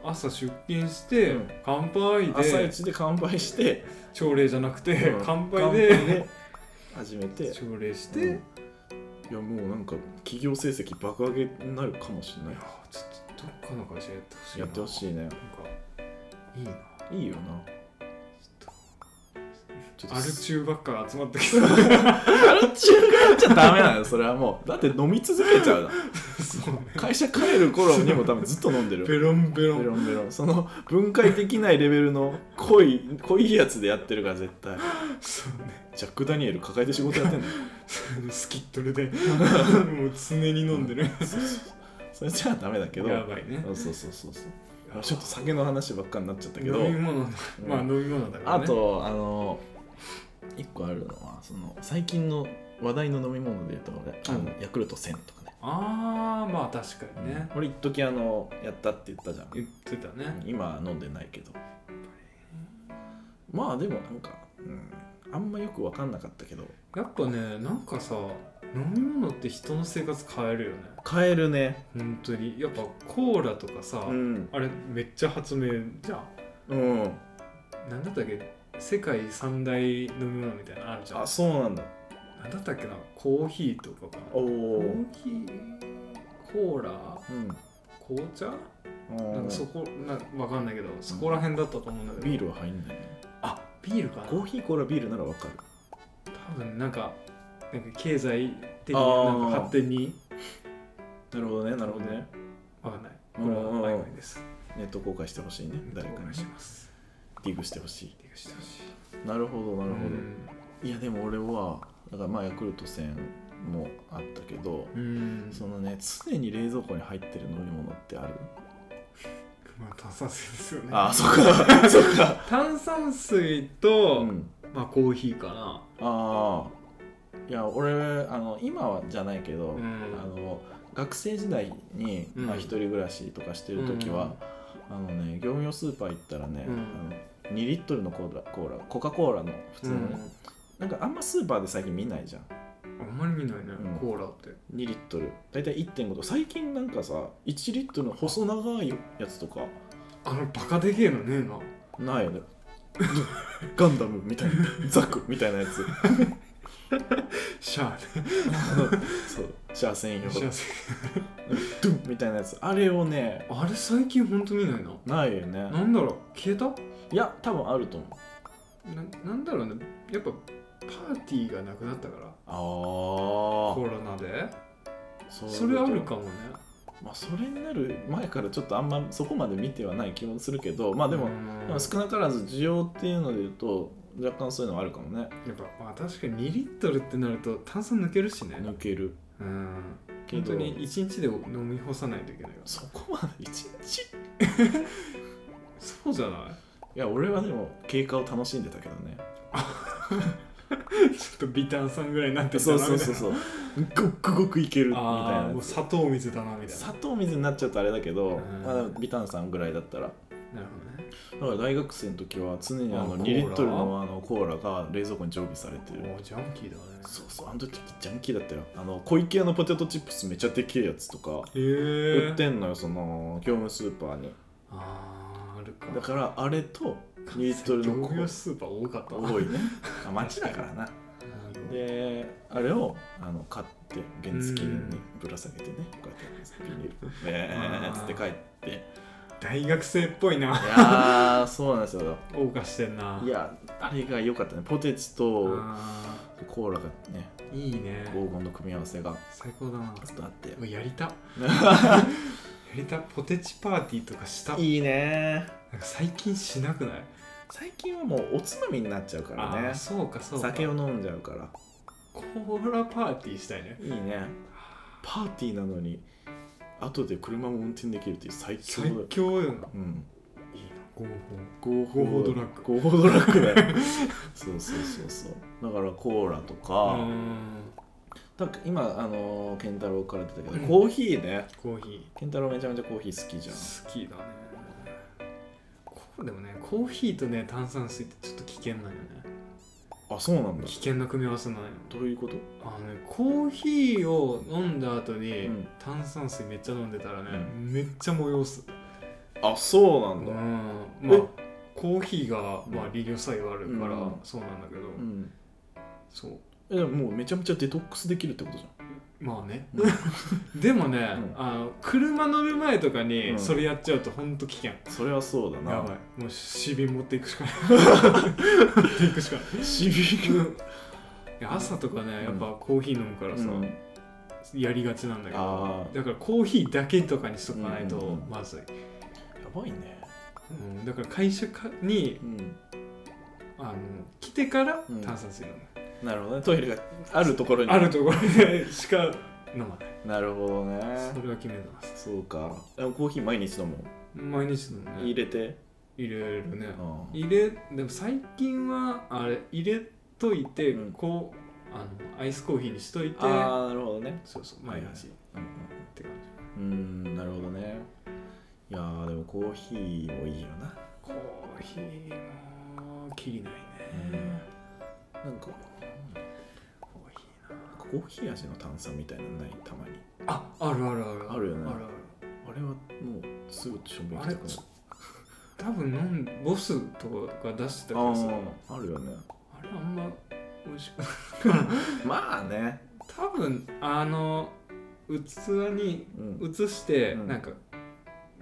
A: 朝出勤して、
B: うん
A: 乾杯
B: 朝
A: で
B: 一で乾杯して、
A: 朝礼じゃなくて、
B: うん
A: <laughs> 乾杯で
B: 始めて
A: 朝礼して、
B: うん
A: いや
B: いやもうなんか企業成績爆上げになるかもしれない
A: ーちょっとどっかの会社やってほしいな
B: やってほしいね
A: なんかいいない
B: いよなちょっと
A: アル中ばっか集ま
B: <laughs>
A: ってき
B: アル中がやっちゃダメ
A: <laughs>
B: なのよそれはもうだって飲み続けちゃうな
A: たそうね
B: 会社帰る頃にも多分ずっと飲んでる
A: ベロンベロン
B: ベロンベロンその分解できないレベルの濃い濃いやつでやってるから絶対
A: そうね
B: ジャック・ダニエル抱えて仕事やってんの
A: そうねスキット
B: <laughs>
A: ルでもう常に飲んでる
B: それじゃあダメだけど
A: やばいね
B: そうそうそうそうそうあちょっと酒の話ばっかになっちゃったけど
A: 飲み物の、 <laughs> まあ飲み物だから、
B: あ
A: ね、
B: とあの一個あるのはその最近の話題の飲み物で言うと俺あの、
A: う
B: ヤクルト1000とかね、
A: あーまあ確かにね、
B: 俺一時あのやったって言ったじゃん
A: 言ってたね
B: 今飲んでないけどまあでもなんか、うん、あんまよく分かんなかったけど
A: やっぱねなんかさ飲み物って人の生活変えるよね
B: 買えるね
A: 本当にやっぱコーラとかさ、
B: うん
A: あれめっちゃ発明じゃん
B: うん
A: なんだったっけ世界三大飲み物みたいなのあるじゃ
B: あ
A: ん
B: そうなんだ
A: なんだったっけなコーヒーとかかな
B: お
A: コ
B: お
A: ーヒーコーラ
B: うん
A: 紅茶
B: うん
A: なんかそこなわかんないけどそこら辺だったと思うんだけど
B: ビールは入んないね
A: あビールかな
B: コーヒーコーラビールなら分かる
A: 多分なんかなんか経済的に
B: あー
A: なんか発展に
B: なるほどねなるほどね
A: わかんないこれは
B: うんうんうん
A: 曖昧です
B: ネット公開してほしいね誰
A: お
B: かに
A: 願いします
B: ディグしてほしい
A: リクしてほしい
B: なるほどな
A: う
B: るほど、
A: ん
B: いやでも俺はだからまあヤクルト1000もあったけど、
A: うん
B: そのね常に冷蔵庫に入ってる飲み物ってある、
A: まあ炭酸水ですよね
B: ああそっか
A: <laughs>
B: そっか、
A: 炭酸水と、
B: うん、
A: まあコーヒーかな
B: ああいや俺あの今はじゃないけど、
A: うん
B: あの学生時代に、
A: うん
B: まあ、一人暮らしとかしてる時は、あのね業務用スーパー行ったらね、
A: うん
B: あの2リットルのコーラコーラコカ・コーラの普通のね、なんかあんまスーパーで最近見ないじゃん
A: うん、あんまり見ないね、
B: うん
A: コーラって
B: 2リットル大体1.5と最近なんかさ1リットルの細長いやつとか
A: あのバカでけえのねえな
B: ないよね <laughs> ガンダムみたいな
A: <laughs>
B: ザクみたいなやつ
A: シャアね
B: そうシャア専用
A: シャア
B: ド
A: せ
B: ゥンみたいなやつあれをね
A: あれ最近ほんと見ないな
B: ないよね
A: なんだろう消えた
B: いや多分あると思う
A: ななんだろうねやっぱパーティーがなくなったからコ
B: あ
A: ロナで
B: あそ
A: それあるかもね
B: まあそれになる前からちょっとあんまそこまで見てはない気もするけどまあでも、
A: うん
B: でも少なからず需要っていうので言うと若干そういうのはあるかもね
A: やっぱまあ確かに2リットルってなると炭酸抜けるしね
B: 抜ける
A: うん
B: け
A: 本
B: ど
A: 当に1日で飲み干さないといけないから
B: そこまで一日
A: そうじゃない
B: いや俺はでも経過を楽しんでたけどね
A: っとビタンさんぐらいになってきたな
B: そう
A: みたい
B: そう
A: な
B: そうそうごっくごくいけるみたい
A: ああ
B: な
A: もう砂糖水だなみたいな
B: 砂糖水になっちゃうとあれだけど、
A: うん
B: まあ、ビタンさんぐらいだったら
A: なるほどね
B: だから大学生の時は常にあ
A: あ
B: の
A: コーラ
B: 2リットルのあのコーラが冷蔵庫に常備されてる
A: もうジャンキーだね
B: そうそうあの時ジャンキーだったよあの小池屋のポテトチップスめちゃでけえやつとか
A: へえ
B: 売ってんのよその業務スーパーに
A: あああるか
B: だからあれと2リットルの
A: 業
B: コ
A: 務用
B: ー
A: スーパー多かった
B: ラ
A: な
B: 多 <laughs> いねあ町だからな
A: で
B: であれをあの買って原付
A: う
B: に
A: ん
B: ぶら下げてねこうやってビニー <laughs> ル「えー」っつって帰ってい
A: 大学生っぽいな
B: やーそうなんです <laughs> よ
A: 謳歌してんない
B: やあれが良かったねポテチと
A: あ
B: コーラがね
A: ーいいね
B: 黄金の組み合わせが
A: 最高だな
B: ずっとあって
A: うわやり
B: <laughs>
A: たやりたポテチパーティーとかした
B: いいね
A: なんか最近しなくない
B: 最近はもうおつまみになっちゃうから
A: あ
B: ね
A: あそうかそうか
B: 酒を飲んじゃうから
A: コーラパーティーしたいね
B: いいねパーティーなのに後で車も運転できるっていう最強だ
A: 最強よな
B: うん
A: いいな合
B: 合
A: 法ドラッグ
B: 合法ドラッグだよ <laughs> そうそうそうそうだからコーラと
A: 法
B: か,、
A: うん
B: だから今あのー健太郎から出たけど、
A: うん
B: コーヒーね
A: コーヒ
B: 健太郎めちゃめちゃコーヒー好きじゃん
A: ー好きだねこうでもねコーヒーとね炭酸水ってちょっと危険なんよね
B: あそうなんだ
A: 危険な組み合わせなんよ
B: どういうこと
A: あのねコーヒーを飲んだ後に、
B: うん
A: 炭酸水めっちゃ飲んでたらね、めっちゃ催す
B: あそうな
A: うんん
B: だ、
A: まあ
B: え
A: コーヒーが、
B: うん
A: まあ、利尿作用あるから、
B: うん
A: そうなんだけど、
B: うん
A: そう
B: えでももうめちゃめちゃデトックスできるってことじ
A: まあね、
B: う
A: <laughs> でもね、
B: ん
A: あの車乗る前とか
B: う
A: に
B: ん
A: それやっちゃうとほんと危険、
B: ゃんそれはそうだな
A: やばいもうシビ持っていくし
B: <laughs>
A: かない持っていくしかない
B: シビ
A: う
B: ッ
A: んいや朝とかねやっぱコーヒー飲むからさ、やりがちなんだけ
B: あ
A: ど
B: ー
A: だからコーヒーだけとかにしとかないと
B: うん
A: まずい、
B: やばいね
A: うんだから会社かに
B: うん
A: あの来てから
B: うん
A: 炭酸水飲む、
B: なるほどねトイレがあるところに
A: あるところでしか飲まない
B: なるほどね
A: それは決めてます
B: そうかでもコーヒー毎日飲む
A: 毎日飲むね
B: 入れて
A: 入れるね
B: ああ
A: 入れでも最近はあれ入れといて、
B: うん
A: こうあのアイスコーヒーにしといて
B: あーなるほどね
A: そうそう毎
B: はいはい
A: 日って感じ
B: うんなるほどねいやーでもコーヒーもいいよな
A: コーヒーもきりないね
B: なんか
A: コーヒーな
B: コーヒー味の炭酸みたいなのないたまに
A: ああるあるある
B: あるよね
A: ある
B: あれはもうすぐしょんべん行きたく
A: 多
B: なる
A: 分飲んボスとかが出してたからさ
B: あーあるよね
A: あれあんま美味しくない
B: まあね
A: 多分あの器に
B: うん
A: 移して、
B: うん
A: なんか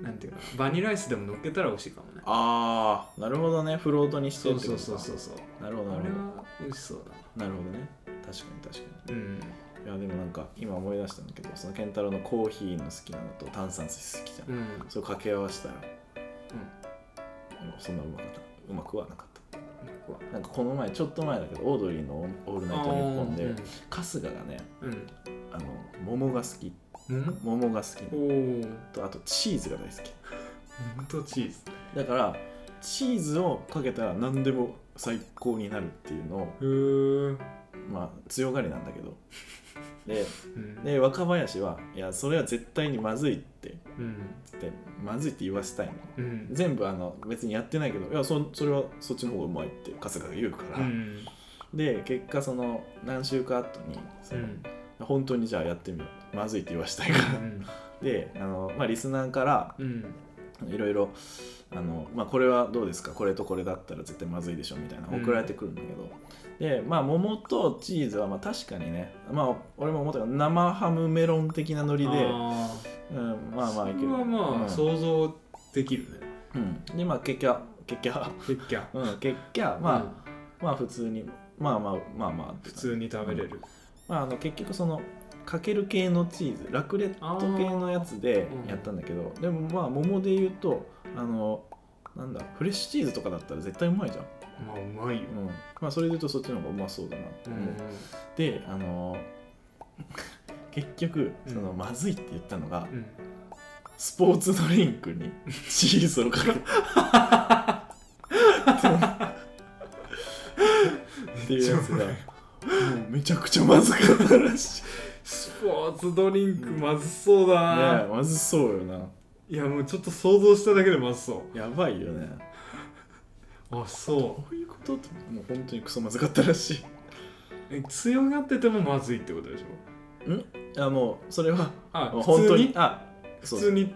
A: なんていうかなバニラアイスでも乗っけたら美味しいかもね
B: ああなるほどねフロートにして
A: そ
B: っ
A: う
B: てこ
A: そ
B: と
A: う
B: か
A: そうそうそう
B: なるほ
A: あ
B: どなる
A: れ
B: ほど
A: は美味しそうだ
B: なるほどね確かに確かに
A: なうん
B: いやでもなんか今思い出したんだけどその健太郎のコーヒーの好きなのと炭酸水好きじゃん、
A: うん
B: それ掛け合わせたら、そんなうまかったうまくはなかったなんかこの前ちょっと前だけどオードリーの「オールナイトニッポン」で、春日がね
A: うん
B: あの桃が好き
A: うん
B: 桃が好
A: お
B: き
A: お
B: とあとチーズが大好き
A: 桃とチーズ
B: だからチーズをかけたら何でも最高になるっていうのを
A: へー
B: まあ強がりなんだ <laughs> けどで
A: うん
B: で若林はいやそれは絶対にまずいって
A: うん
B: ってまずいって言わせたいの
A: うん
B: 全部あの別にやってないけどいやそそれはそっちの方がうまいって春日が言うから、
A: うん
B: で結果その何週か後にその、本当にじゃあやってみようまずいって言わしたいからであの、まあ、リスナーから
A: うん
B: いろいろあの、まあ、これはどうですかこれとこれだったら絶対まずいでしょみたいな
A: うん
B: 送られてくるんだけど、でまあ桃とチーズはまあ確かにねまあ俺も思ったけど生ハムメロン的なノリで、
A: あ
B: うん、
A: ー
B: まあまあいけ
A: そ
B: る
A: れはま
B: う
A: あ
B: ん
A: 想像できるね
B: うん、でまあ結局結局
A: 結局
B: うん、結局まあ、まあ普通にまあまあまあまあ
A: 普通に食べれる
B: まああの結局そのかける系のチーズラクレット系のやつでやったんだけど、でもまあ桃で言うとあのなんだフレッシュチーズとかだったら絶対うまいじゃん、
A: まあうまいよ
B: うん、まあそれで言うとそっちの方がうまそうだなって
A: う
B: 思う、
A: ん
B: であの <laughs> 結局
A: うん
B: そのまずいって言ったのが、
A: うん
B: スポーツドリンクに <laughs> チーズをかける
A: めっ
B: っていうやつがもうめちゃくちゃまずかったら <laughs> しい
A: スポーツドリンクまずそうだな、
B: ねまずそうよない
A: やもうちょっと想像しただけでまずそ
B: やばいよね
A: うあそ
B: こういうことってもう本当にクソまずかったらしい
A: うんえ強がっててもまずいってことでしょ
B: あもうそれは
A: あ
B: も
A: 普
B: う本
A: 通
B: 当
A: に
B: にあそ
A: 普
B: う
A: 通に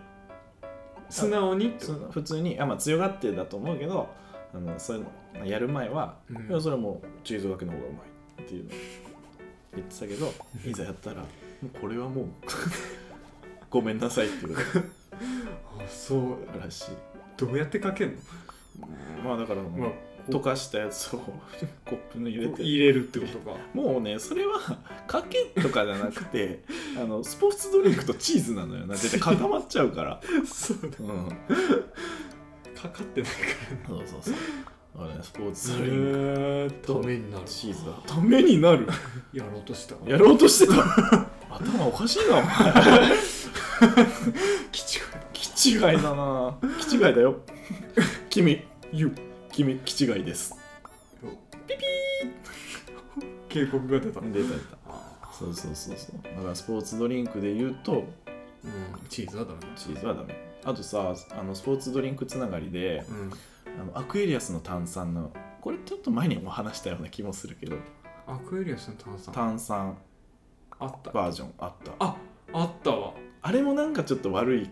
A: 素直にって
B: その普通にあ、まあ、強がってだと思うけどあのそういうのやる前は、
A: うん
B: いやそれはもうチーズだけの方がうまいっていうのを言ってたけ <laughs> どいざやったらもうこれはもう <laughs> ごめんなさいっていうこ
A: あそう
B: とらしい
A: どうやってかけんの、
B: まあだから、
A: まあ
B: 溶かしたやつをコップに入れて
A: 入れるってことか
B: もうねそれはかけとかじゃなくて <laughs> あのスポーツドリンクとチーズなのよな絶対固まっちゃうから、
A: そう
B: うん、
A: だかかってないからね
B: そうそうそうだからねスポーツ
A: そ
B: ド
A: れ
B: リンク
A: ためになる
B: チーズだためになる
A: やろうとした
B: やろうとしてた <laughs> 頭おかしいなお前 <laughs>
A: きちが
B: 気違いだな気違いだよ君 y o 君気違いです
A: ピピー警告が出た、
B: 出た出たそうそうそうそうだからスポーツドリンクで言うと
A: うん、チーズはダメだ
B: チーズはダメあとさあのスポーツドリンクつながりで
A: うん
B: あのアクエリアスの炭酸のこれちょっと前にも話したような気もするけど
A: アクエリアスの炭酸
B: 炭酸
A: あった
B: バージョンあった
A: ああったわ
B: あれもなんかちょっと悪い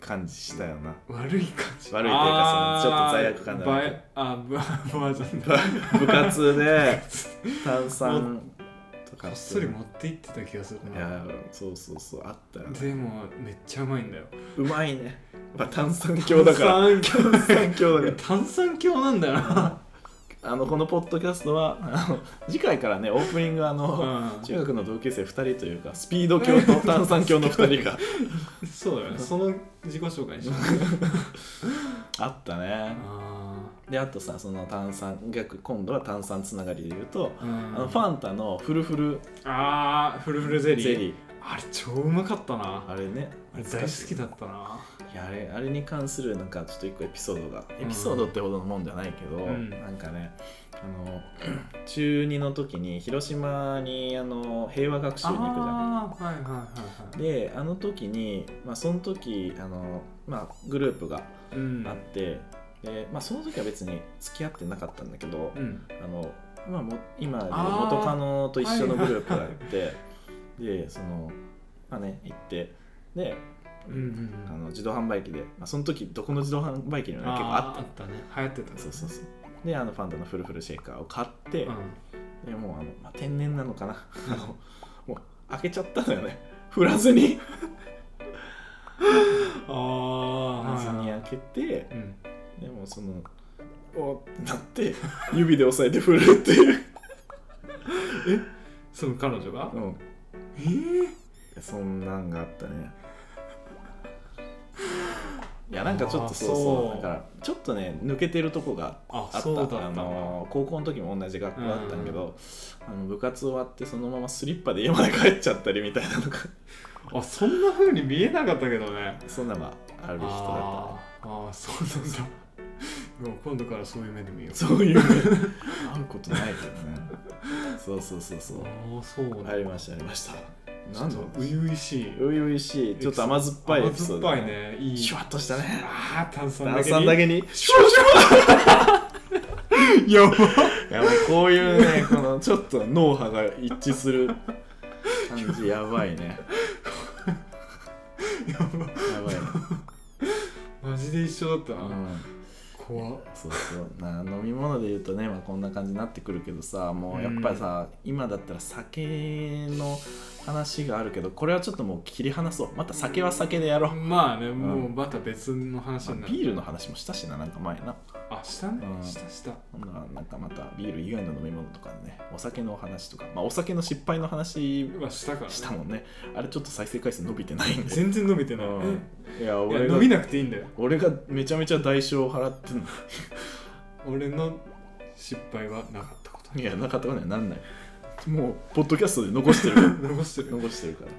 B: 感じしたよな
A: 悪い感じ
B: 悪いというかそのちょっと罪悪感だな
A: バイあババージョンだ
B: <laughs> 部活で炭酸とか
A: こっそり持って行ってた気がする
B: い
A: な
B: やそうそうそうあったよね
A: でもめっちゃうまいんだよ
B: うまいねやっぱ炭酸鏡だから
A: 炭酸
B: 炭酸鏡だか
A: 炭酸鏡なんだよな
B: ら <laughs> あのこのポッドキャストはあの次回からねオープニングあの、
A: <laughs> う
B: 中学の同級生2人というかスピード鏡と炭酸鏡の2人が
A: んそうだよねその自己紹介にした
B: あったね
A: あ
B: であとさその炭酸逆今度は炭酸つながりで言うと、
A: ーうん
B: あのファンタのフルフル
A: あーフルフルゼリー
B: ゼリー
A: あれ超うまかったな
B: あれね
A: あれ大好きだったない
B: やあれあれに関するなんかちょっと一個エピソードが
A: ん
B: エピソードってほどのもんじゃないけど、
A: うん
B: なんかねあの <clears throat> 中2の時に広島にあの平和学習に行くじゃん。
A: ああはいはいはいはい
B: であの時に、まあ、その時あの、まあ、グループが
A: うん
B: あって、でまあ、その時は別に付き合ってなかったんだけど、
A: うん
B: あのまあ、も今で言う
A: あー
B: 元カノと一緒のグループがいてでそのまあね行ってで
A: うんうん
B: あの自動販売機で、まあ、その時どこの自動販売機にもね結構あ
A: ー
B: っ
A: ったね流行ってた
B: たそうそうそうであのファンタのフルフルシェイカーを買って、
A: う
B: でもうあの、まあ、天然なのかな <laughs> あのもう開けちゃったのよね <laughs> 振らずに
A: んあ
B: 振らずに
A: あ
B: 開けて
A: うん
B: でもそのおーってなって指で押さえて振るっていう、
A: その彼女が
B: うん、
A: ええ
B: そんなんがあったねいやなんかちょっとそう
A: あ
B: そう
A: ーそう
B: だからちょっとね抜けてるとこがあって
A: あ
B: あった
A: そうだった
B: あのー高校の時も同じ学校だったんだけど、あの部活終わってそのままスリッパで家まで帰っちゃったりみたいなのが <laughs>
A: あそんな風に見えなかったけどね
B: そんなのがある人だったね
A: あーあーそうなんだうわ今度からそういう目で見よう
B: そう
A: <laughs>
B: いう会うことないけどねそうそうそうそう
A: ああそう
B: あ
A: ね
B: りましたありました
A: ちょ
B: なん
A: っ
B: だ
A: と
B: ろう
A: 初々しい
B: 初々しいちょっと甘酸っぱいエ
A: 甘
B: ピソ
A: 酸っ
B: ードだ
A: ぱいねいい
B: シュワッとしたね
A: ああ炭酸だけ
B: 炭
A: に
B: 酸だけにシュ
A: <laughs>
B: ワ
A: やば
B: いやもうこういうねこのちょっと脳波が一致する感じやばいね
A: やば
B: やばいね、
A: マジで一緒だった
B: う
A: な、
B: ん
A: 怖っ
B: そうそうな飲み物で言うとね、まあ、こんな感じになってくるけどさもうやっぱりさ、今だったら酒の話があるけどこれはちょっともう切り離そうまた酒は酒でやろう、
A: まあねもうまた別の話に
B: ま
A: な
B: あ
A: る、
B: ビールの話もしたしななんか前な
A: あしたね、
B: うん
A: したした
B: ほんならなんかまたビール以外の飲み物とかねお酒の話とか、まあ、お酒の失敗の話
A: はしたから、ね、
B: したもんねあれちょっと再生回数伸びてないんで
A: 全然伸びてない、
B: うんい
A: い
B: や
A: や
B: 俺が
A: 伸びなくていいんだよ
B: 俺がめちゃめちゃ代償を払ってんの
A: 俺の失敗はなかったこと
B: いやなかったことにはなんないもうポッドキャストで残してる
A: 残してる
B: 残してるから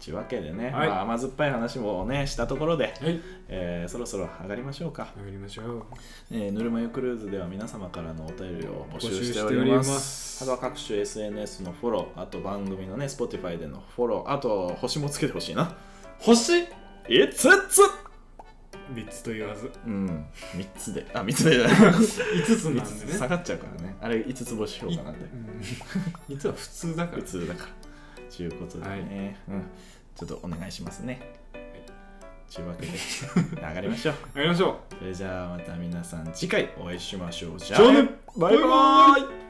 B: ちゅうわけでね、
A: はい
B: まあ、甘酸っぱい話もねしたところで、
A: はい
B: えーそろそろ上がりましょうか、
A: 上がりましょう
B: えーぬるま湯クルーズでは皆様からのお便りを募集して
A: 募集し
B: お
A: てお
B: り
A: り
B: ま
A: ますす
B: あとは各種 SNS のフォローあと番組のね Spotify でのフォローあと星もつけてほしいな
A: 星
B: 5つ
A: 3つと言わず
B: うん3つであ3つでじゃない
A: 5つな
B: 5
A: んで
B: つ下
A: ね
B: がっちゃうからねあれ5つ星評価なんで
A: <laughs> いつは普通だか
B: 普
A: ら <laughs>
B: 通だから。ちゅうことでね、
A: はい
B: うん、ちょっとお願いしますね。ちゅうわけで、上がりましょう。
A: 上がりましょう
B: それじゃあまた皆さん次回お会いしましょう。じ
A: じゃあね
B: バイバ
A: バイバ
B: イ